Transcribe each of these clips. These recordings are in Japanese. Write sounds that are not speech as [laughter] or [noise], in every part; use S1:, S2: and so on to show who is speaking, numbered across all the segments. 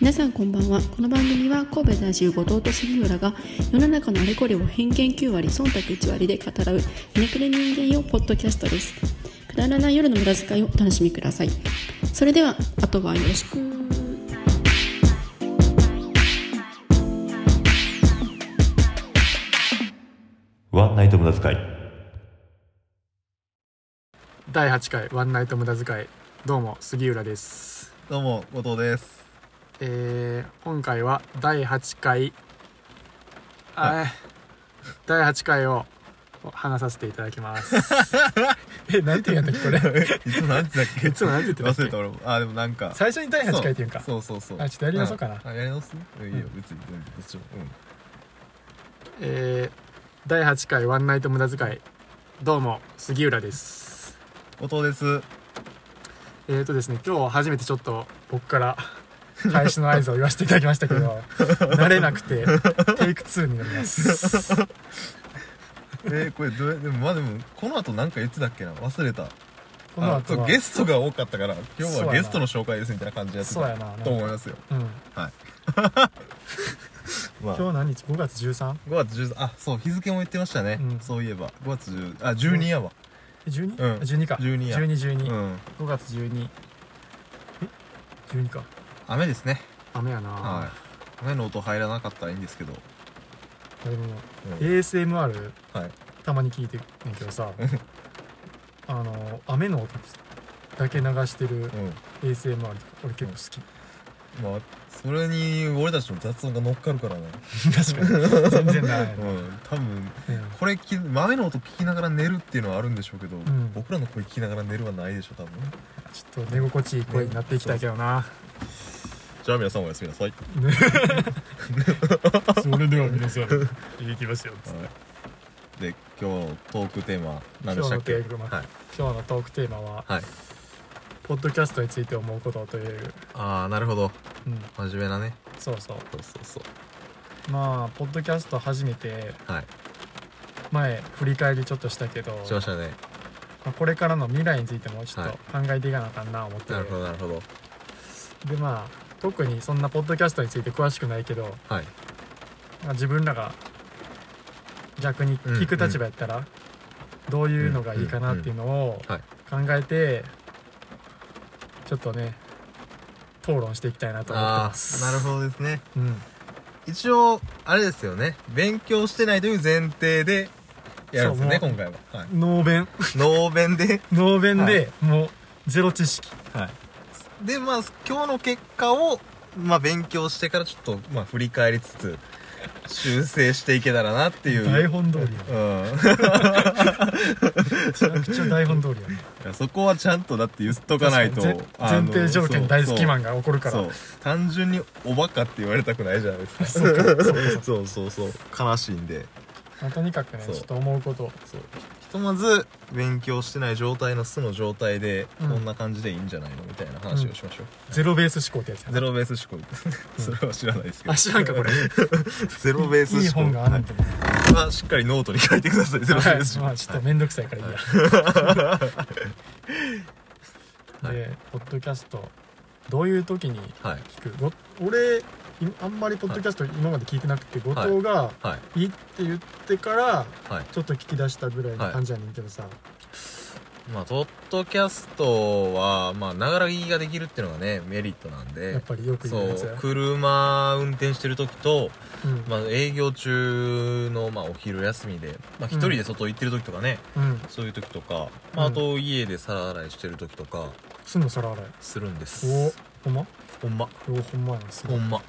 S1: 皆さんこんばんはこの番組は神戸在住後藤と杉浦が世の中のあれこれを偏見9割忖度1割で語らうひねくれ人間用ポッドキャストですくだらない夜の無駄遣いをお楽しみくださいそれではあとはよろしく
S2: ワンナイト無駄遣い。
S3: 第8回ワンナイト無駄遣いどうも杉浦です
S4: どうも、後藤です。
S3: えー、今回は第8回あー第8回を話させていただきます [laughs] えなんて言うんだっけこれ
S4: いつもなんて言ったっ
S3: [laughs]
S4: け
S3: いつもなんて言ってたっけ
S4: 忘れた俺も。あ、でもなんか。
S3: 最初に第8回っていうか
S4: そうそうそうそう。
S3: あちょっとやり直そうかなん
S4: あ、やり直すうんいいよ
S3: う、
S4: 別に。うんどっちも。
S3: えー、第8回ワンナイト無駄遣いどうも杉浦です
S4: うん。後藤です。
S3: えーとですね今日初めてちょっと僕から開始の合図を言わせていただきましたけ [laughs] ど慣れなくてテイク2になり [laughs] ます
S4: えー、これどうや、でも、まあでも、この後なんか言ってたっけな忘れた。
S3: この
S4: あ
S3: 後
S4: そう
S3: は
S4: ゲストが多かったから、
S3: そう
S4: 今日
S3: やな
S4: はゲストの紹介ですみたいな感じでやって
S3: そうや
S4: た
S3: ななんか
S4: と思いますよ。
S3: うん
S4: [laughs] まあ、
S3: 今
S4: 5
S3: 日何日5月 13?
S4: 月10、あ、そう、日付も言ってましたね
S3: うん。
S4: そういえば。5月10、あ、12やわ。
S3: 12?12、
S4: うん
S3: 12か
S4: 12や
S3: 1212、
S4: うん。
S3: 5月12え12か
S4: 雨ですね。
S3: 雨やな、
S4: はい。雨の音入らなかったらいいんですけど。
S3: いやでも
S4: うん
S3: ASMR
S4: はい。
S3: たまに聞いてんねんけど
S4: [laughs]
S3: さあの雨の音だけ流してる
S4: うん。
S3: ASMR とか俺結構
S4: まあ、それに俺たちの雑音が乗っかるからね。
S3: 好き、確かに全然ない、
S4: う
S3: うん
S4: ん、多分、これ聞、豆の音聞きながら寝るっていうのはあるんでしょうけど、
S3: ん
S4: 僕らの声聞きながら寝るはないでしょ、多分。
S3: ちょっと寝心地いい声になっていきたいけどな、
S4: じゃあ皆さんお [laughs] やすみなさい。
S3: [laughs] それでは皆さん行きますよ
S4: はい。で、今日のトークテーマ、何で
S3: 今日
S4: した
S3: の
S4: っけ
S3: テーマ、
S4: はい。
S3: 今日のトークテーマは
S4: はい。
S3: ポッドキャストについて思うことという、
S4: ああ、なるほど。
S3: うん、
S4: 真面目なね。
S3: そうそう
S4: そうそうそう。
S3: まあポッドキャスト初めて
S4: はい。
S3: 前振り返りちょっとしたけど
S4: しましたね。
S3: まあこれからの未来についてもちょっと考えていかなあかんな思って
S4: な
S3: る
S4: るほど、なるほど。
S3: でまあ特にそんなポッドキャストについて詳しくないけど、
S4: はい。
S3: まあ自分らが逆に聞く立場やったらどういうのがいいかなっていうのを
S4: うんうん
S3: 考えてちょっとね討論していきたいなと思って
S4: あ
S3: ます
S4: あ、なるほどですね。
S3: うん
S4: 一応、あれですよね。勉強してないという前提で、やるんですよね、
S3: そう
S4: 今回は。 [laughs] はい。
S3: 能弁
S4: 能弁で、
S3: 能弁
S4: は
S3: でもうゼロ知識
S4: はい、でまあ今日の結果を、まあ、勉強してからちょっと、まあ、振り返りつつ修正していけたらなっていう
S3: 台本通りや
S4: うん、
S3: めちゃくちゃ台本
S4: [laughs]
S3: 通りやね
S4: いやそこはちゃんとだって言っとかないと
S3: 前
S4: あの
S3: 提条件大好きマンが起こるか
S4: そう
S3: ら
S4: そう単純におバカって言われたくないじゃないですか
S3: [laughs] そうかそうか
S4: [laughs] そうそうそう悲しいんで
S3: まあとにかくねち
S4: そ
S3: ょ
S4: う
S3: っと思うこと
S4: そうひとまず勉強してない状態の素の状態で、
S3: うん
S4: こんな感じでいいんじゃないのみたいな話をしましょう、
S3: ゼロベース思考ってやつやな
S4: ゼロベース思考それは知らないですけど
S3: あ知らんかこれ
S4: [laughs] ゼロベース思考
S3: いい本があるんだもん
S4: まあ、しっかりノートに書いてください。ゼロベ
S3: はい
S4: ース
S3: まあちょっと面倒くさいからいいや、 [laughs] でポッドキャストどういう時に
S4: はい。はい。
S3: 聞くご俺いあんまりポッドキャスト今まで聞いてなくて、
S4: はい
S3: 後藤が
S4: はい。
S3: いいって言ってから
S4: はい。
S3: ちょっと聞き出したぐらいの感じやねんけどさ、
S4: まあ、ポッドキャストは、まあ、ながら聞きができるっていうのがね、メリットな
S3: や
S4: ん
S3: っ
S4: で。
S3: ぱりよく
S4: そ
S3: 言うやつや
S4: う、車運転してる時と、
S3: うん
S4: まあ、営業中の、まあ、お昼休みで、まあ、一人で外行ってる時とかね、
S3: うん
S4: そういう時とか、まあ、
S3: う
S4: あ
S3: ん
S4: と、家で皿洗いしてる時とか、
S3: すんの皿洗い
S4: するんです。
S3: おほんま
S4: ほんま。
S3: おほんまやなすご
S4: ほ
S3: い
S4: んま。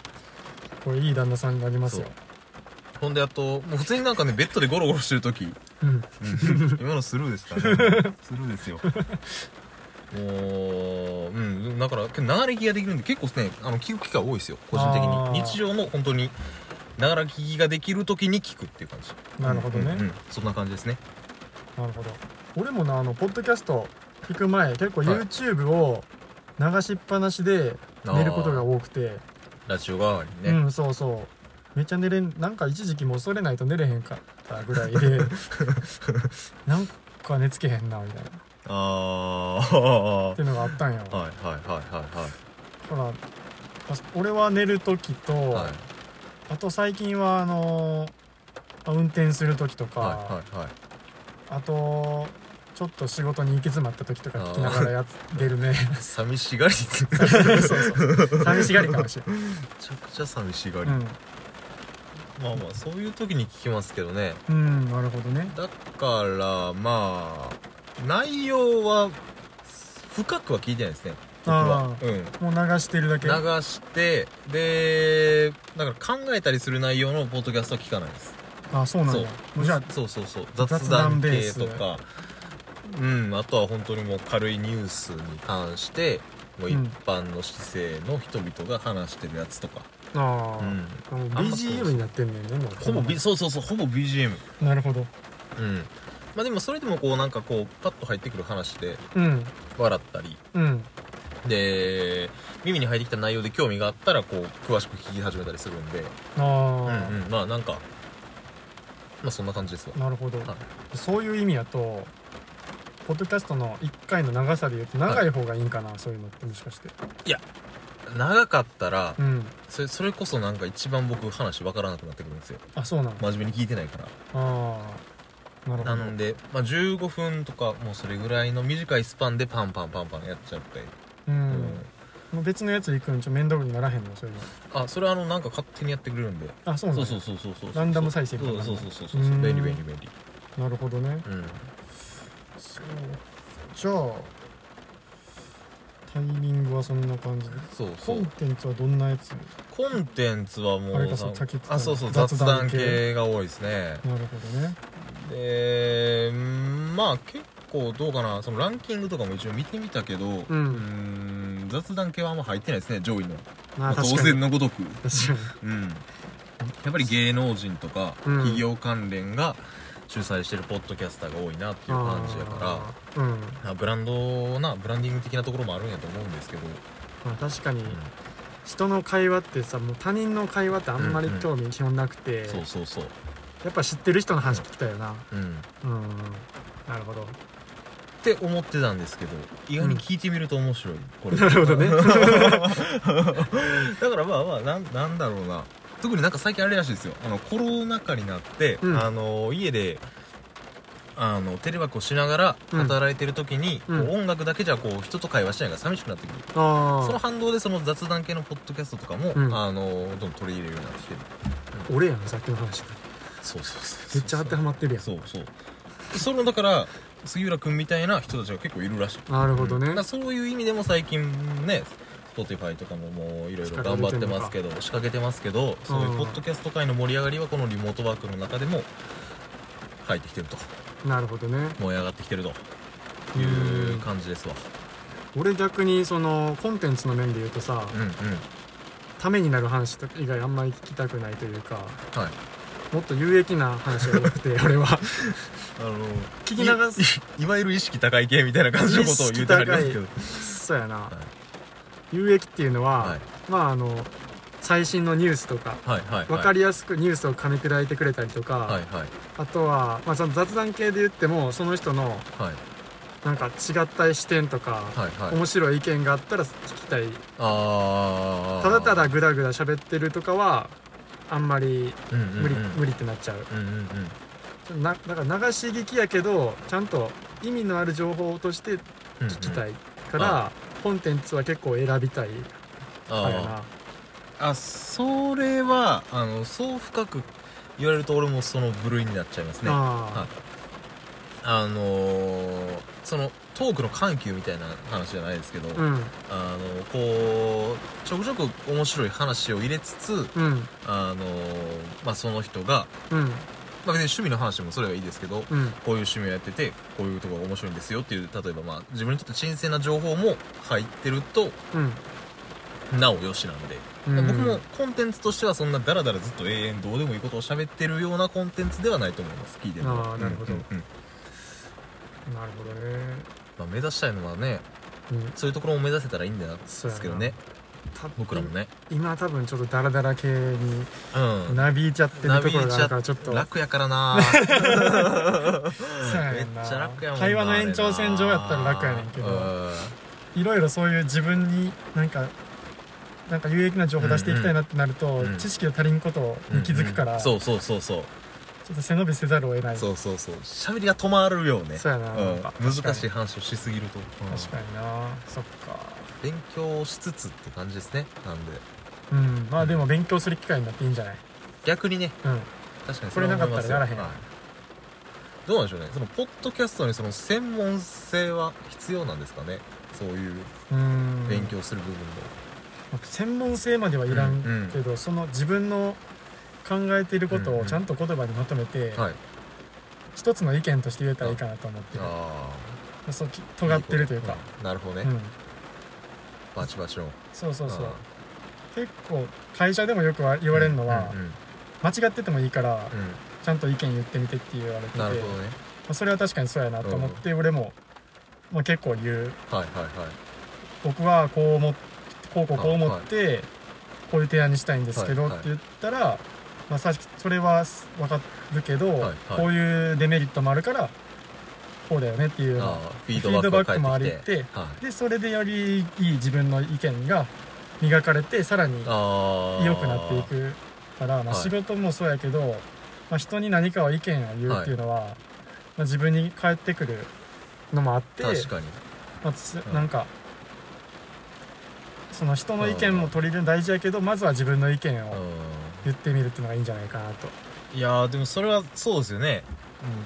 S3: これいい旦那さんになりますよ
S4: ほんで、あと、もう普通になんかね、ベッドでゴロゴロしてる時、
S3: うん
S4: うん今のスルーですからねスルーですよもううんだから流れ聞きができるんで結構ねあの聞く機会多いですよ個人的
S3: あー
S4: に日常の本当にながら聞きができる時に聞くっていう感じ
S3: なるほどね、
S4: うんうんうんそんな感じですね
S3: なるほど俺もなあのポッドキャスト聞く前結構
S4: はい
S3: YouTube を流しっぱなしで寝ることが多くて、
S4: ラジオ代わりに
S3: う
S4: ね、
S3: んそうそうめっちゃ寝れんなんか一時期もうそれないと寝れへんかったぐらい
S4: [laughs]
S3: でなんか寝つけへんなみたいなっ
S4: ああは
S3: ていうのがあったんや
S4: いはいはいはいはい
S3: ほらまあ俺は寝る時と、
S4: はい
S3: あと最近はあのまあ運転する時とか、
S4: はい
S3: [laughs]
S4: はいはい
S3: あとちょっと仕事に行き詰まった時とか聞きながらやってる
S4: [laughs]
S3: ね
S4: 寂しがり [laughs] そう
S3: そうそう寂しがりかもしれない、
S4: めちゃくちゃ寂しがり、
S3: うん
S4: まあまあそういう時に聞きますけどね
S3: うんなるほどね
S4: だからまあ内容は深くは聞いてないですね僕は
S3: あ
S4: うん
S3: もう流してるだけ
S4: 流してでだから考えたりする内容のポッドキャストは聞かないです
S3: あそうなんだ
S4: そ
S3: もうじゃあ
S4: そうそうそう
S3: 雑
S4: 雑
S3: 談
S4: 談
S3: ベー
S4: 系
S3: ス
S4: とかうんあとは本当にもう軽いニュースに関してもう一
S3: うん
S4: 般の姿勢の人々が話してるやつとか、
S3: あ
S4: う
S3: あ、
S4: ん、
S3: もう
S4: あんま
S3: BGM になってんねんねもう
S4: ほぼ、B、そうそうそうほぼ BGM
S3: なるほど
S4: うんまあでもそれでもこうなんかこうパッと入ってくる話で
S3: うん
S4: 笑ったり
S3: うん
S4: で耳に入ってきた内容で興味があったらこう詳しく聞き始めたりするんでう
S3: あ
S4: ん
S3: あ、
S4: うんまあなんかまあそんな感じですわ
S3: なるほど、
S4: は
S3: そういう意味だとポッドキャストの1回の長さで言うと長い方がいいんかな、そういうのってもしかして
S4: 長かったら
S3: うん
S4: それそれこそなんか一番僕話わからなくなってくるんですよ
S3: あそうなんだ
S4: 真面目に聞いてないから
S3: ああなるほ
S4: な
S3: ど
S4: ので、まあ、15分とかもうそれぐらいの短いスパンでパンパンパンパンやっちゃって、
S3: うん、
S4: うん
S3: もう別のやつ行くんちょ面倒にならへんのそういうの
S4: あそれはあのなんか勝手にやってくれるんで
S3: あそうなん
S4: そ
S3: だ
S4: うそうそうそうそう
S3: ランダム再生み
S4: そ
S3: たいうな
S4: そうそうそうそう
S3: うん
S4: 便利便利便利
S3: なるほどね
S4: うん
S3: そうじゃあタイミングはそんな感じで
S4: そうそ
S3: コン
S4: う
S3: テンツはどんなやつ
S4: コンテンツはも
S3: あ
S4: う
S3: れかそうさっき言ってた
S4: あそうそう
S3: 雑
S4: 雑
S3: 談
S4: 談
S3: 系
S4: 系が多いですね
S3: なるほどね
S4: でまあ結構どうかなそのランキングとかも一応見てみたけどうーん雑談系はあんま入ってないですね上位の、
S3: ま
S4: まあ当然のごとく
S3: 確かに
S4: うんやっぱり芸能人とか
S3: うん
S4: 企業関連が主催してるポッドキャスターが多いなっていう感じやから
S3: うん
S4: らまあブランドなブランディング的なところもあるんやと思うんですけど、
S3: まあ確かに人の会話ってさもう他人の会話ってあんまり興味基本なくて、
S4: そうそうそう
S3: やっぱ知ってる人の話聞きたいよな
S4: うん
S3: うん、なるほど [laughs]
S4: って思ってたんですけど意外に聞いてみると面白い、これ
S3: なるほどね
S4: [laughs] だからまあまあなんなんだろうな特になんか最近あれらしいですよあのコロナ禍になって、
S3: うん
S4: あの家であのテレワークをしながら
S3: うん
S4: 働いてる時に、
S3: うん
S4: こう音楽だけじゃこう人と会話しないから寂しくなってくる、
S3: あ
S4: その
S3: あ
S4: 反動でその雑談系のポッドキャストとかも、
S3: うん
S4: あのどんどん取り入れるようになってきてる
S3: 俺やんさっきの話
S4: そうそうそう
S3: めっちゃ当てはまってるやん
S4: そうそうそのだから杉浦君みたいな人たちが結構いるらしい
S3: なるほどね、
S4: うんだからそういう意味でも最近ね Spotify とかももういろいろ頑張ってますけど仕掛けてますけどそういうポッドキャスト界の盛り上がりはこのリモートワークの中でも入ってきてると
S3: なるほどね
S4: 燃え上がってきてるといううん感じですわ
S3: 俺逆にそのコンテンツの面で言うとさ、
S4: うんうん
S3: ためになる話とか以外あんまり聞きたくないというか
S4: はい
S3: もっと有益な話が多くて [laughs] 俺は
S4: あの
S3: 聞き流す
S4: いいわゆる意識高い系みたいな感じのことを言うてはりますけど
S3: そう [laughs] やな、
S4: い
S3: 有益っていうのは、
S4: はい
S3: まああの最新のニュースとか
S4: はいはい
S3: 分か
S4: り
S3: りやすくニュースを噛み砕いてくれたりとか、
S4: はいはい
S3: あとは、まあ、その雑談系で言ってもその人の
S4: はい
S3: なんか違った視点とか、
S4: はいはい
S3: 面白い意見があったら聞きたい
S4: ああ
S3: ただただグダグダ喋ってるとかはあんまり無
S4: 無
S3: 理,、
S4: うんうん
S3: 無理ってなっちゃう
S4: うんうんうん
S3: なだから流し聞きやけどちゃんと意味のある情報として
S4: うん
S3: 聞き
S4: い
S3: たいから、コンテンツは結構選びたい
S4: あ
S3: か
S4: あ
S3: らな
S4: あそれはあのそう深く言われると俺もその部類になっちゃいますねあ
S3: あ
S4: のーそのトークの緩急みたいな話じゃないですけど、
S3: あうん
S4: あのこうちょくちょく面白い話を入れつつ
S3: うん
S4: あのーまあ、その人が、
S3: うん
S4: まあ、別に趣味の話でもそれはいいですけど
S3: うん
S4: こういう趣味をやっててこういうところが面白いんですよっていう例えば、まあ、自分にとって新鮮な情報も入ってると
S3: うん
S4: なおよしなんで
S3: うん
S4: 僕もコンテンツとしてはそんなダラダラずっと永遠どうでもいいことを喋ってるようなコンテンツではないと思います聞いてると
S3: あーなるほど
S4: うんうんうん
S3: なるほどね、
S4: まあ、目指したいのはね
S3: うん、
S4: そういうところも目指せたらいいんだなです
S3: そうやな
S4: けどね
S3: た
S4: 僕らもね
S3: 今多分ちょっとダラダラ系に
S4: うん
S3: なびいちゃってるところがあるからちょっと
S4: 楽やか
S3: [laughs]
S4: らな
S3: そうや
S4: め
S3: ね
S4: っ
S3: んな
S4: ちゃ楽やもんな
S3: 会話の延長線上やったら楽やねんけど
S4: あれなうん
S3: いろいろそういう自分になんかなんか有益な情報を出していきたいなってなると、
S4: うんうん
S3: 知識が足りんことに気づくから、
S4: そうそうそうそう
S3: ちょっと背伸びせざるを得ない
S4: そうそうそう喋りが止まるよね
S3: そうやななんか
S4: うん、難しい
S3: 確か
S4: 話をしすぎると、うん
S3: に確かになそっか
S4: 勉強しつつって感じですねなんで
S3: うんまあでも勉強する機会になっていいんじゃない
S4: 逆にね
S3: うん
S4: 確かに
S3: これなかったらやらへん
S4: はいどうなんでしょうねそのポッドキャストにその専門性は必要なんですかねそういう
S3: うん
S4: 勉強する部分も、
S3: 専門性まではいらんけど、その自分の考えていることをちゃんと言葉にまとめて、
S4: はい
S3: 一つの意見として言えたらいいかなと思ってる
S4: あ
S3: そうき
S4: あ
S3: 尖ってるというか
S4: なるほどね、
S3: うん、
S4: バチバチの
S3: そうそうそう
S4: あ
S3: 結構会社でもよくは言
S4: ー
S3: われるのは、
S4: うんうん
S3: 間違っててもいいから
S4: うん
S3: ちゃんと意見言ってみてって言われてて、
S4: なるほ
S3: ま
S4: どね
S3: あ、それは確かにそうやなと思って、俺も、まあ、結構言う
S4: はいはいはい
S3: 僕はこう思っこうこうこう思って、こういう提案にしたいんですけど、
S4: はいはい
S3: って言ったら、まあ、さそれは分かるけど、
S4: はい
S3: こういうデメリットもあるからこうだよねっていう
S4: あ
S3: の
S4: あフィードバック
S3: も
S4: が
S3: あ
S4: 返
S3: り
S4: ってきて
S3: て
S4: はい
S3: でそれでよりいい自分の意見が磨かれてさらに
S4: ああ
S3: 良くなっていくからまあ、
S4: はい
S3: 仕事もそうやけど、まあ、人に何かを意見を言うっていうのは、まあ、自分に返ってくるのもあって
S4: 確かに
S3: まあつ
S4: うん
S3: なんかその人の意見も取り入れるの大事やけどまずは自分の意見
S4: う
S3: を言ってみるっていうのがいいんじゃないかなと、
S4: んいやーでもそれはそうですよね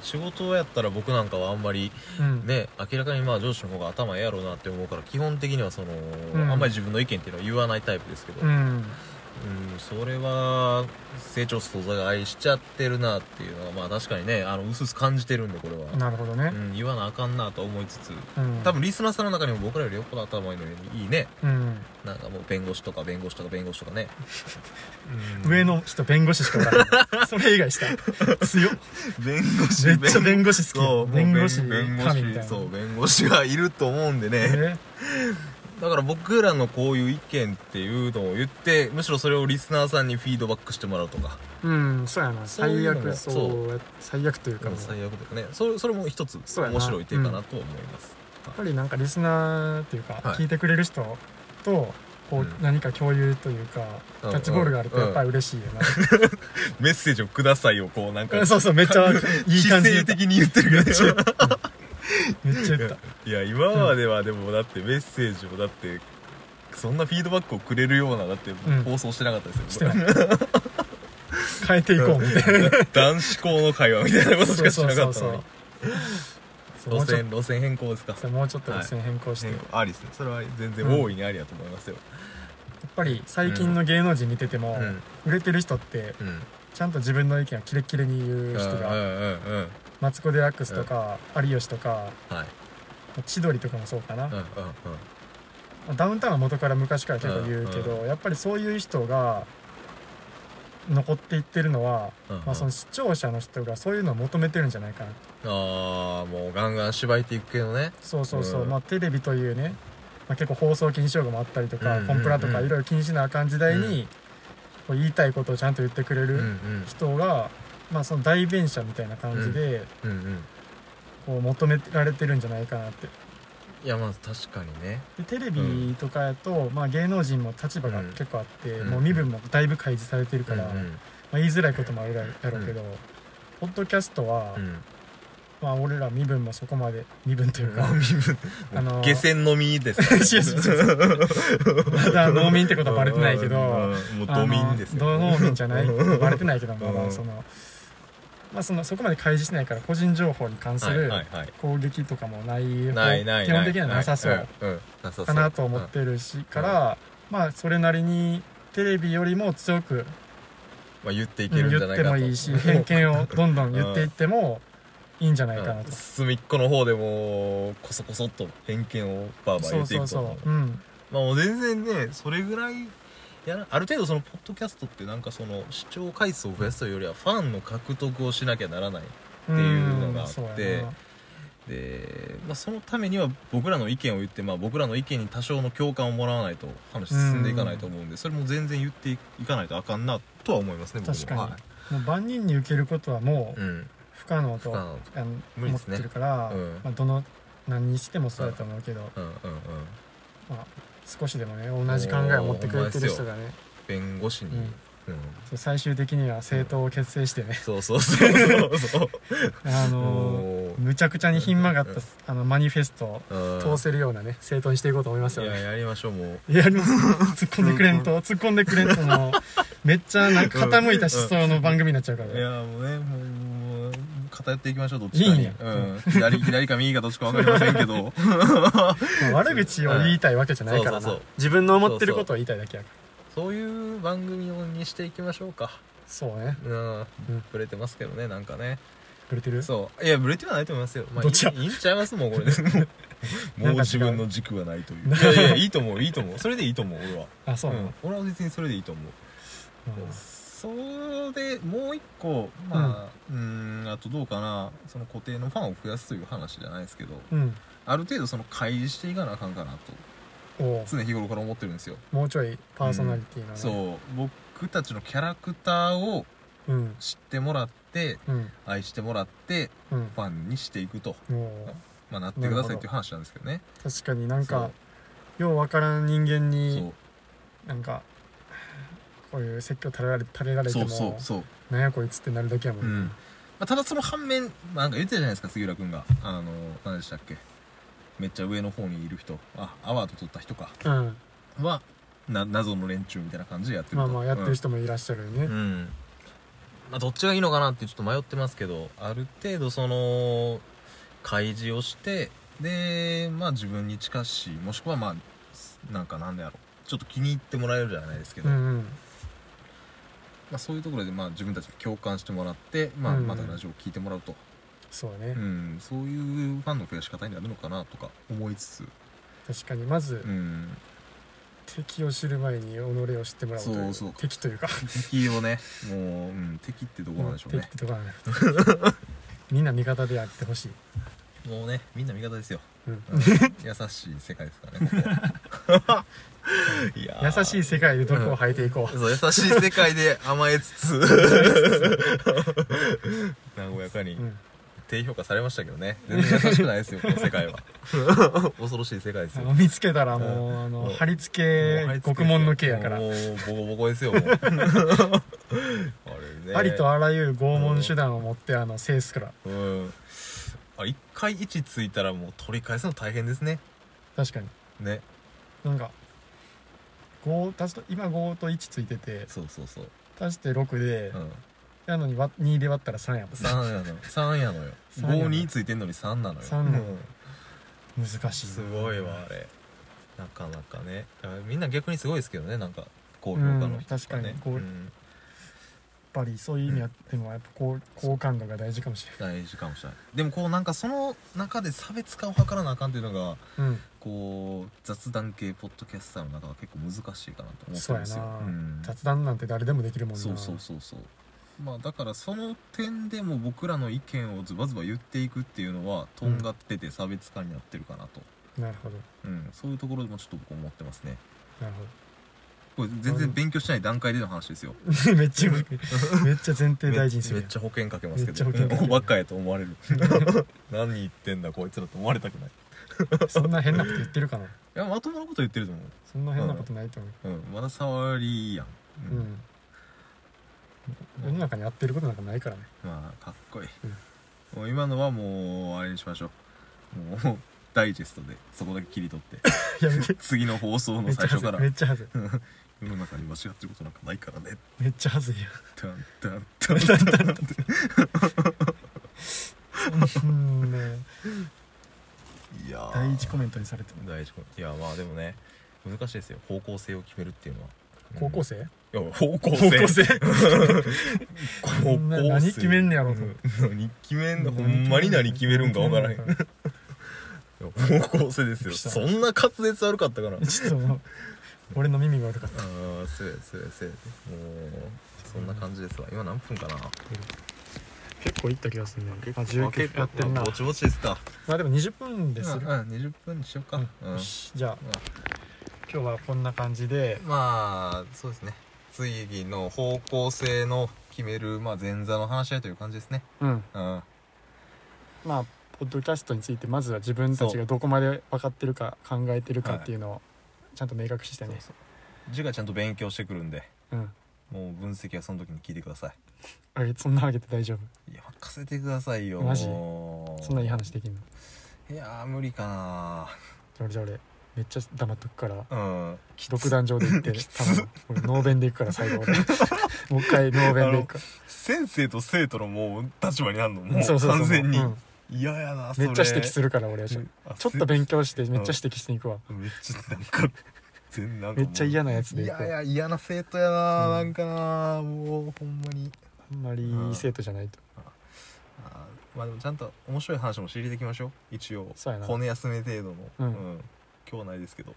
S4: 仕事やったら僕なんかはあんまり
S3: うん
S4: ね明らかにまあ上司の方が頭ええやろうなって思うから基本的にはその、
S3: うん
S4: あんまり自分の意見っていうのは言わないタイプですけど、
S3: う
S4: うん
S3: ん
S4: それは成長素材しちゃってるなっていうのはまあ確かにねあの薄々感じてるんでこれは、
S3: なるほどね
S4: う、ん、言わなあかんなと思いつつ
S3: うん、
S4: 多分リスナーさんの中にも僕らよりよっぽど頭いいのにいいね
S3: うん、
S4: なんかもう弁護士とか弁護士とか弁護士とかね、うん
S3: 上の人弁護士しかおらない
S4: [laughs]
S3: それ以外した強っ
S4: 弁護士 [laughs]
S3: めっちゃ弁護士
S4: そ
S3: 好
S4: う
S3: き
S4: もう
S3: 弁護士
S4: 弁
S3: 神みたいな
S4: そう弁護士がいると思うんでね、
S3: え
S4: だから僕らのこういう意見っていうのを言ってむしろそれをリスナーさんにフィードバックしてもらうとか
S3: うんそうやな
S4: そういう
S3: 最
S4: のも
S3: 悪そう
S4: そう
S3: 最悪というかもう
S4: 最悪というかねそれそれも一つ
S3: そうやな
S4: 面白い点かなと思います、
S3: やっぱりなんかリスナーっていうか、
S4: はい
S3: 聞いてくれる人とこ
S4: う
S3: うん何か共有というか、
S4: うん
S3: キャッチボールがあるとやっぱり嬉しいよな、
S4: メッセージをくださいをこうなんか
S3: そうそうめっ [laughs] ちゃい
S4: [laughs]
S3: い感じ
S4: 姿
S3: で言っ
S4: 勢
S3: た
S4: 的に言ってるよね
S3: めっちゃ言った
S4: いや今まではでもだってメッセージをだってそんなフィードバックをくれるようなだって
S3: ん
S4: 放送してなかったです
S3: して
S4: よ、
S3: ない変えていこうみたいな
S4: 男子校の会話みたいなことしかしなかったのに
S3: そうもう
S4: 路
S3: ちょっ
S4: 線路線変更ですか
S3: ともうちょっと路線変更して、や
S4: ありですねそれは全然
S3: うん
S4: 大いにありだと思いますよ、
S3: っぱり最近の芸能人見てても、
S4: うん
S3: 売れてる人って
S4: うん
S3: ちゃんと自分の意見をキレッキレに言う人
S4: う
S3: が、
S4: んうんうんうん
S3: マツコ・デラックスとか、有吉とか
S4: はい
S3: 千鳥とかもそうかな、
S4: うんうん
S3: ダウンタウンは元から昔から結構言うけど、やっぱりそういう人が残っていってるのは、
S4: うんうん
S3: まあ、その視聴者の人がそういうのを求めてるんじゃないかな
S4: ああもうガンガン芝居ていくけどね
S3: そうそうそう、
S4: うん
S3: まあテレビというね、まあ、結構放送禁止用語もあったりとか、
S4: うん
S3: コンプラとか
S4: うん
S3: いろいろ禁止なあかん時代に、こう言いたいことをちゃんと言ってくれ
S4: うんう
S3: る
S4: ん
S3: 人が、まあその代弁者みたいな感じで、
S4: うんうん
S3: こう求められてるんじゃないかなって
S4: いやまあ確かにね
S3: でテレビとかやと、まあ、芸能人も立場が結構あって、
S4: うん
S3: もう身分もだいぶ開示されてるから、
S4: うん
S3: まあ、言いづらいこともあるやろうけど、ポッドキャストは、
S4: うん
S3: まあ俺ら身分もそこまで身分というか、
S4: うん
S3: あのー
S4: 下船のみですか
S3: 違うまだ農民ってことはバレてないけど
S4: うんうんもうドミンです
S3: ね
S4: よ
S3: 農民じゃないバレてないけどまあま
S4: う
S3: あ
S4: ん
S3: その,、まあ、そのそこまで開示してないから個人情報に関す
S4: はいはい
S3: る
S4: はい
S3: 攻撃とかもない
S4: ないないない
S3: 基本的にはなさそ
S4: ないううんうんなさそう
S3: かなと思ってるしから、まあそれなりにテレビよりも強く
S4: まあ言っていけ
S3: 言
S4: るんじ
S3: っ
S4: ゃない
S3: て
S4: かと
S3: もいいし偏見をどんどん言っていってもいいんじゃないかな
S4: う
S3: と
S4: ん。隅っこの方でもうこそこそっと偏見をバーバー
S3: そ
S4: 言
S3: う
S4: ってい
S3: そ
S4: く
S3: う
S4: と思う
S3: そう、うん、
S4: まあもう全然ねそれぐらいやらある程度そのポッドキャストってなんかその視聴回数を増やすというよりはファンの獲得をしなきゃならない
S3: って
S4: いうのがあって
S3: うん
S4: で、まあ、そのためには僕らの意見を言って、まあ、僕らの意見に多少の共感をもらわないと話進んでいかないと思うんでそれも全然言っていかないとあかんなとは思いますね僕も
S3: 確かに
S4: は
S3: もう万人に受けることはも
S4: い、
S3: う
S4: うん
S3: 不可能と
S4: 不可能
S3: あの
S4: 無理
S3: 思
S4: で
S3: っ
S4: すね
S3: てるから、
S4: うん
S3: まあ、どの何にしてもそうだと思うけど、
S4: うんうんうん
S3: まあ、少しでもね同じ考えを持ってくれてる人がね
S4: 弁護士に、うん
S3: そう最終的には政党を結成してね
S4: そうそうそうそうそう
S3: [laughs] あのー
S4: も
S3: むちゃくちゃにひん曲がったあのマニフェストを
S4: ううん
S3: 通せるようなね政党にしていこうと思います
S4: い
S3: よ
S4: や
S3: ね
S4: やりましょうもう
S3: やります
S4: [laughs]
S3: 突っ込んでくれんと突っ込んでくれんともうめっちゃなんか傾いた思想の番組になっちゃうから
S4: い
S3: ね
S4: やもうねもうもう偏っていきましょうどっちかに
S3: いいね
S4: うん、左左か右かどっちかわかりませんけど
S3: まあ悪口を言いたいわけじゃないから
S4: そうそう
S3: な
S4: そう
S3: 自分の思ってることを言いたいだけやから
S4: [laughs] そういう番組にしていきましょうか
S3: そうね
S4: うん、
S3: うん
S4: ブレてますけどねなんかね
S3: くれてる
S4: そういやブレてはないと思いますよ、まあ、
S3: どっちや
S4: いいいいんちゃいますもんこれでもう [laughs] もう自分の軸がないといういやいやいいと思ういいと思うそれでいいと思う俺は
S3: あそうな
S4: うん
S3: の、
S4: 俺は別にそれでいいと思う
S3: うん
S4: それでもう一個まあうーんあとどうかなその固定のファンを増やすという話じゃないですけど
S3: うん
S4: ある程度その開示していかなあかんかなと
S3: おう
S4: 常日頃から思ってるんですよ、
S3: もうちょいパーソナリティのね、
S4: そう僕たちのキャラクターを
S3: うん
S4: 知ってもらって
S3: うん
S4: 愛してもらって
S3: うん
S4: ファンにしていくと、
S3: もう
S4: まあ、なってくださいっていう話なんですけどね
S3: 確かになんかようわからん人間
S4: そう
S3: になんかこういう説教垂れられ垂れられて
S4: そ
S3: も
S4: うそうそう
S3: なんやこいつってなるだけやもん、
S4: うん、まあ、ただその反面まあなんか言ってたじゃないですか杉浦君があの何でしたっけめっちゃ上の方にいる人あアワード取った人か
S3: うん
S4: はな謎の連中みたいな感じでやってる
S3: ま
S4: と
S3: あまあやってる人もいらっしゃるよね、
S4: うん、うんまあ、どっちがいいのかなってちょっと迷ってますけどある程度その開示をしてでまあ自分に近しいもしくはまあなんかなんでやろうちょっと気に入ってもらえるじゃないですけ
S3: う
S4: ど、
S3: んうん
S4: まあ、そういうところでまあ自分たちに共感してもらって、まあ、
S3: うんうん
S4: またラジオを聞いてもらうと、
S3: そうね、
S4: うん、そういうファンの増やし方になるのかなとか思いつつ、
S3: 確かにまず、
S4: うん、
S3: 敵を知る前に己を知ってもらおうという
S4: そうそう
S3: 敵というか
S4: 敵をねもう、うん、敵ってとこなんでしょう
S3: 敵っ
S4: ね
S3: てとこなんだみんな味方でやってほしい、
S4: もうねみんな味方ですよ、
S3: うん
S4: うん優しい世界ですからね
S3: [laughs]
S4: ここはいやー
S3: 優しい世界で毒を吐いていこう、
S4: そう優しい世界で甘えつつ和やかに
S3: うん
S4: 低評価されましたけどね全然優しくない
S3: [laughs]
S4: ですよこの世界は恐ろしい世界です
S3: あ
S4: よ
S3: の見つけたらもう、あの
S4: もう
S3: 貼り
S4: もう貼
S3: 付
S4: り
S3: け
S4: 付け
S3: 獄門の刑やから
S4: もうボコボコです
S3: [laughs]
S4: よもうあれね
S3: ありとあらゆる拷問手段を持ってあの制すから
S4: うんあ一回位置ついたらもう取り返すの大変ですね
S3: 確かに
S4: ね
S3: なんか5足すと今5と1ついてて
S4: そうそうそう、
S3: 足して6で、
S4: うん、
S3: なのに割2で割ったら3やもん
S4: 3やの3やのよ
S3: 三やの
S4: 52ついてんのに3なのよ
S3: 三なの
S4: うん
S3: 難しいな
S4: すごいわあれなかなかねだからみんな逆にすごいですけどねなんか高評価の人とね、
S3: うん確かにこう
S4: うん
S3: やっぱりそういう意味やってもやっぱこう好感度が大事かもし
S4: 大事かもしれないでもこうなんかその中で差別化を図らなあかんっていうのが
S3: れない、
S4: こう雑談系ポッドキャスターの中は結構難しいかなと
S3: うん、
S4: 思って
S3: そう
S4: るん
S3: や
S4: ですよ
S3: な、
S4: うん
S3: 雑談なんて誰でもできるもんな
S4: そうそうそうそうまあだからその点でも僕らの意見をズバズバ言っていくっていうのはとんがってて差別化になってるかなと、
S3: なるほど
S4: うんそういうところでもちょっと僕思ってますね
S3: なる
S4: これ全然勉強してない段階での話ですよ
S3: ほど [laughs] めっちゃめっちゃ前提大事にする
S4: めっ
S3: やん
S4: ちゃ保険かけますけど
S3: めっちゃ保険かける
S4: おばっかやと思われる
S3: [laughs]
S4: 何言ってんだこいつらと思われたくないい
S3: そんな変なこと言ってるかな
S4: やまともなこと言ってると思
S3: そんな変なことないと思う
S4: う、うん、まだ触りやん、
S3: う、ん世の中にやってることなんかないからね
S4: まあかっこいい、
S3: うん
S4: もう今のはもうあれにしましょうもうダイジェストでそこだけ切り取って
S3: [laughs] やめて
S4: 次の放送
S3: め
S4: の
S3: っち
S4: 最
S3: ゃは
S4: 初
S3: ず
S4: か
S3: い
S4: ら
S3: めっちゃはずい
S4: 世の中に間違ってることなんかないからね
S3: [laughs] めっちゃはずいよ
S4: ダンダンダンダン
S3: [laughs]
S4: ダンって
S3: うんね
S4: いやー
S3: 第一コメントにされてる
S4: 第一コメントいやまあでもね難しいですよ方向性を決めるっていうのは
S3: 高校
S4: 生、
S3: 生
S4: うんいや方向
S3: 高
S4: 性
S3: 校生
S4: [laughs] 高校
S3: な
S4: 生
S3: 何決めんねやろと思って
S4: うん何決めんのほんまに何決めるんか分からへん方向性ですよそんな滑舌悪かったかなあ
S3: ちょっともう俺の耳が悪かった
S4: あすれすれすれもうそんな感じですわ今何分かな
S3: 結構いった気がするねあ
S4: あ結
S3: 19
S4: 構
S3: やってん
S4: ま
S3: な
S4: あぼちぼちですか
S3: まあでも20分です
S4: うん
S3: る
S4: うん20分にしようかうん
S3: よしじゃあ今日はこんな感じで
S4: まあそうですね次の方向性の決める、まあ、前座の話し合いという感じですね
S3: うん
S4: うん
S3: まあポッドキャストについてまずは自分たちがどこまで分かってるか考えてるかっていうのをちゃんと明確してね
S4: そう字がちゃんと勉強してくるんで
S3: うん
S4: もう分析はその時に聞いてくださ
S3: あれそんなわけで大丈夫
S4: いいや任せてくださいよ
S3: マジそ
S4: そ
S3: んないい話できんの
S4: いやー無理か
S3: じゃあ俺じゃあ俺めっちゃ黙っとくから
S4: なうん
S3: 独壇場で行って
S4: [laughs] きつ
S3: 多分俺ノーベンで行くから最後
S4: [laughs]
S3: 俺もう一回ノーベンで行くか
S4: 先生と生徒のもう立場にあるのも
S3: らそう
S4: う
S3: そうそう
S4: 完全に
S3: うん
S4: 嫌やなそ
S3: め
S4: れ
S3: っちゃ指摘するから俺はちょ
S4: うんあ
S3: ちょっと勉強してめっちゃ指摘しに行くわ
S4: めっちゃなんか全なんか
S3: め
S4: もう
S3: っちゃ嫌なやつで
S4: い
S3: 行く
S4: やいや嫌な生徒やな、なんかなもうほんまに
S3: あんまりいい生徒じゃないと
S4: あーまあでもちゃんと面白い話も仕入れていきましょう一応
S3: そうやな
S4: 骨休め程度
S3: う
S4: の、
S3: ん
S4: 今日はないですけど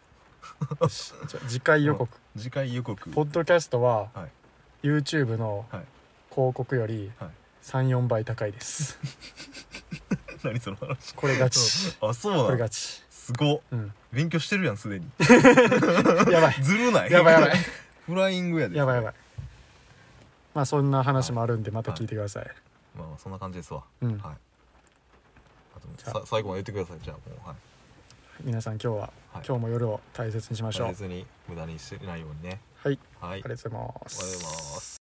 S3: よしじゃあ [laughs] 次回予告
S4: 次回予告
S3: ポッドキャストは
S4: は
S3: YouTube の
S4: はい
S3: 広告より
S4: はい
S3: 34倍高いです
S4: [laughs] [laughs] 何その話
S3: これ勝ち
S4: あそう
S3: こ
S4: な
S3: れ
S4: の
S3: 勝ち
S4: すごっ
S3: うん
S4: 勉強してるやんすでに
S3: や
S4: [laughs]
S3: ばい
S4: ずるない
S3: [laughs] やばいやばい
S4: フライングやで
S3: やばいやばいまあそんな話もあるんでまた聞いてください
S4: まあまあそんな感じですわ
S3: うん
S4: はいあと
S3: じゃあ
S4: さ最後まで言ってくださいじゃあもうはい
S3: 皆さん今日は
S4: はい
S3: 今日も夜を大切にしましょう
S4: 別に無駄にしてないようにね
S3: はい
S4: は
S3: ありが
S4: い
S3: とうございま
S4: おはようございます